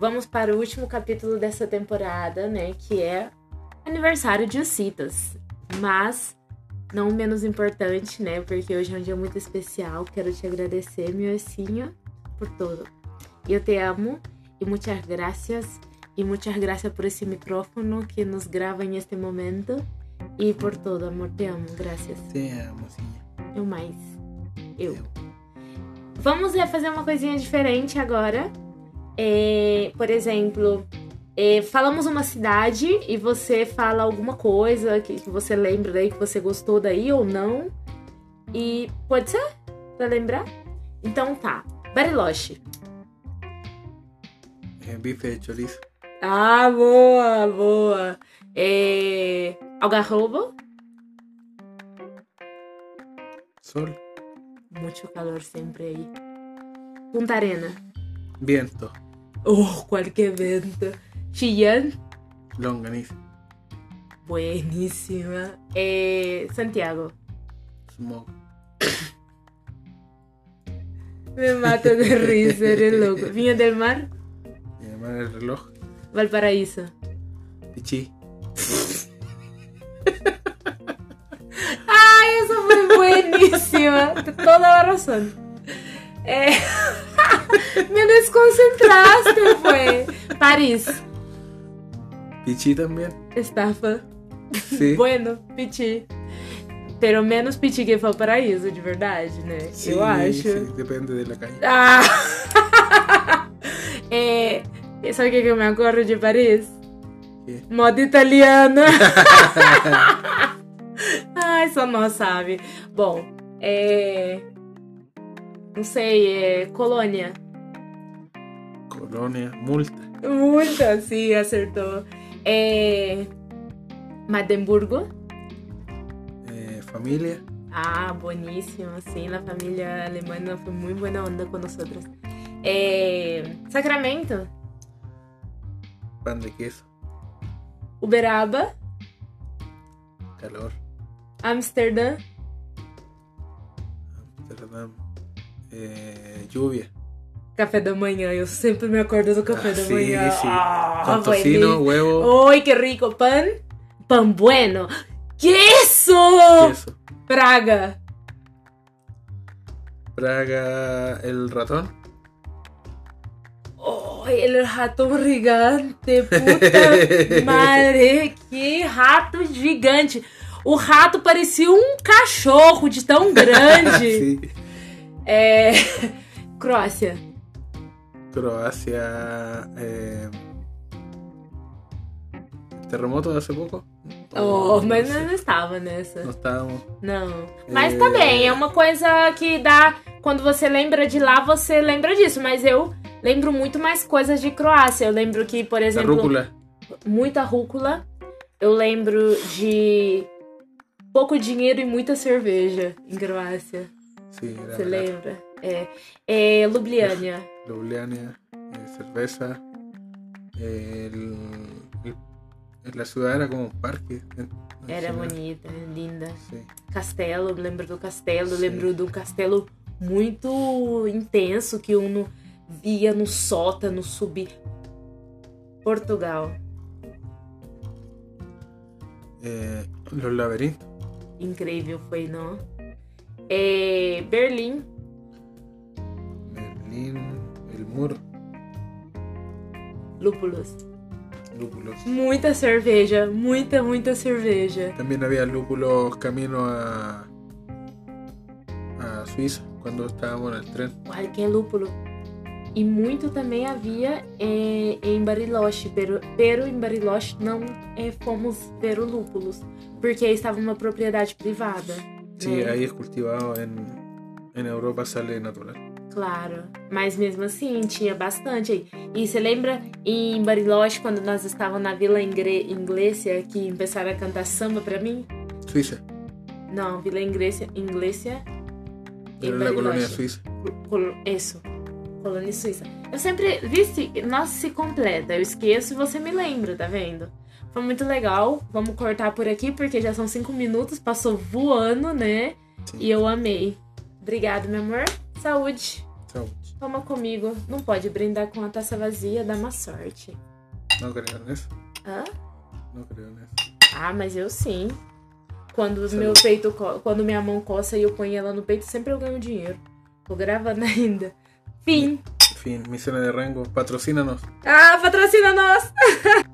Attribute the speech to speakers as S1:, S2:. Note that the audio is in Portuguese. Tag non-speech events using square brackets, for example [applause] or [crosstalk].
S1: Vamos para o último capítulo dessa temporada, né? Que é aniversário de Ocitas. Mas não menos importante, né? Porque hoje é um dia muito especial. Quero te agradecer, meu ursinho, por tudo. Eu te amo e muitas graças. E muitas graças por esse micrófono que nos grava em este momento. E por tudo, amor. Te amo. Graças.
S2: Te amo, sim.
S1: Eu mais. Eu. Vamos é, fazer uma coisinha diferente agora. É, por exemplo, é, falamos uma cidade e você fala alguma coisa que, que você lembra daí, que você gostou daí ou não. E pode ser? Pra lembrar? Então tá. Bariloche.
S2: É, Eh, bife de chorizo.
S1: Ah, boa, boa. É... Algarrobo.
S2: Sol.
S1: Muito calor sempre aí. Punta Arena.
S2: Viento.
S1: Oh, cualquier vento. Chillán.
S2: Longaniza.
S1: Buenísima. Eh, Santiago.
S2: Smoke.
S1: Me mato de risa, eres loco. Vinha del Mar.
S2: Y además el reloj.
S1: Valparaíso.
S2: Pichi.
S1: Ay, eso fue buenísima. Toda la razón. Eh, [laughs] me desconcentraste, fue. París. [laughs]
S2: Pichi también.
S1: Estafa.
S2: Sí.
S1: Bueno, piti. Pelo menos piti que foi o paraíso, de verdade, né?
S2: Sí,
S1: Eu acho.
S2: sí, depende de la calle.
S1: Ah! [laughs] É, Ah. sabe o que, que eu me acordo de Paris?
S2: quê?
S1: Moda italiana. [laughs] Ai, só nós sabe. Bom, é... Não sei, é... Colônia.
S2: Colonia, multa.
S1: Muito assim, acertou. É... Mademburgo.
S2: Eh, familia.
S1: Ah, buenísimo, sim, a família alemã foi muito boa onda com nós. É... Sacramento,
S2: Pan de queso.
S1: Uberaba,
S2: Calor.
S1: Amsterdã,
S2: Amsterdam. Eh, lluvia.
S1: café da manhã. Eu sempre me acordo do café
S2: Ah,
S1: da
S2: sí,
S1: manhã.
S2: sí.
S1: Ah,
S2: Con
S1: vai
S2: tocino,
S1: ver.
S2: huevo,
S1: Oi, que rico! Pan, pan bueno. Que isso?
S2: queso.
S1: Praga,
S2: Praga, el ratón.
S1: Oi, ele é rato gigante, puta madre, que rato gigante. O rato parecia um cachorro de tão grande.
S2: [laughs] Sí.
S1: É. [laughs] Croácia.
S2: Croacia. eh, terremoto de hace poco.
S1: Oh,
S2: no
S1: mas
S2: sé,
S1: não, não estava
S2: no
S1: nessa.
S2: estábamos.
S1: Não. Mas
S2: É.
S1: também, é uma coisa que dá. Quando você lembra de lá, você lembra disso. Mas eu lembro muito mais coisas de Croácia. Eu lembro que, por
S2: La
S1: exemplo,
S2: rúcula.
S1: muita rúcula. Eu lembro de pouco dinheiro e muita cerveja em Croácia.
S2: Sí, era
S1: Você
S2: la
S1: lembra? É. É
S2: [laughs]
S1: Ljubljana.
S2: Ljubljana, eh, cerveza. El- el- la ciudad era como un parque. eh,
S1: Era
S2: nacional.
S1: bonita, linda.
S2: Sí.
S1: castelo, eu lembro do castelo, eu
S2: Sim.
S1: lembro de um castelo muito intenso que um no- via no sótano subir. Portugal,
S2: Eh, los laberintos.
S1: incrível foi, não? É, Berlim,
S2: Berlín, el muro,
S1: lúpulos.
S2: lúpulos.
S1: Muita cerveja, muita, muita cerveja.
S2: También había lúpulos camino a, a Suiza cuando estábamos en el tren.
S1: Qualquer lúpulo. E muito também havia é, em Bariloche, pero, pero em Bariloche não é, fomos ver o lúpulos, porque estava uma propriedade privada.
S2: Sí,
S1: né?
S2: ahí es cultivado en, en Europa, sale natural.
S1: Claro, mas mesmo assim tinha bastante aí. E você lembra em Bariloche, quando nós estávamos na Vila Ingre... Inglésia, que começaram a cantar samba pra mim?
S2: Suiza,
S1: Não, Vila Inglésia, Inglésia em
S2: era la colonia
S1: Bariloche.
S2: suiza.
S1: Col- Isso, colônia suíça. Eu sempre, viste, nossa, se completa, eu esqueço e você me lembra, tá vendo? Foi muito legal, vamos cortar por aqui, porque já são cinco minutos, passou voando, né?
S2: Sim.
S1: E eu amei. Obrigado, meu amor. Saúde.
S2: Saúde.
S1: Toma comigo. Não pode brindar com a taça vazia, dá má sorte.
S2: No creo en eso.
S1: Hã?
S2: No creo en eso.
S1: Ah, mas eu sim. Quando o
S2: Você
S1: meu
S2: não-
S1: peito, co- quando minha mão coça e eu ponho ela no peito, sempre eu ganho dinheiro. Tô gravando [laughs] ainda. Fim.
S2: En fin, Misiones de Rango, patrocínanos.
S1: Ah, patrocina nós!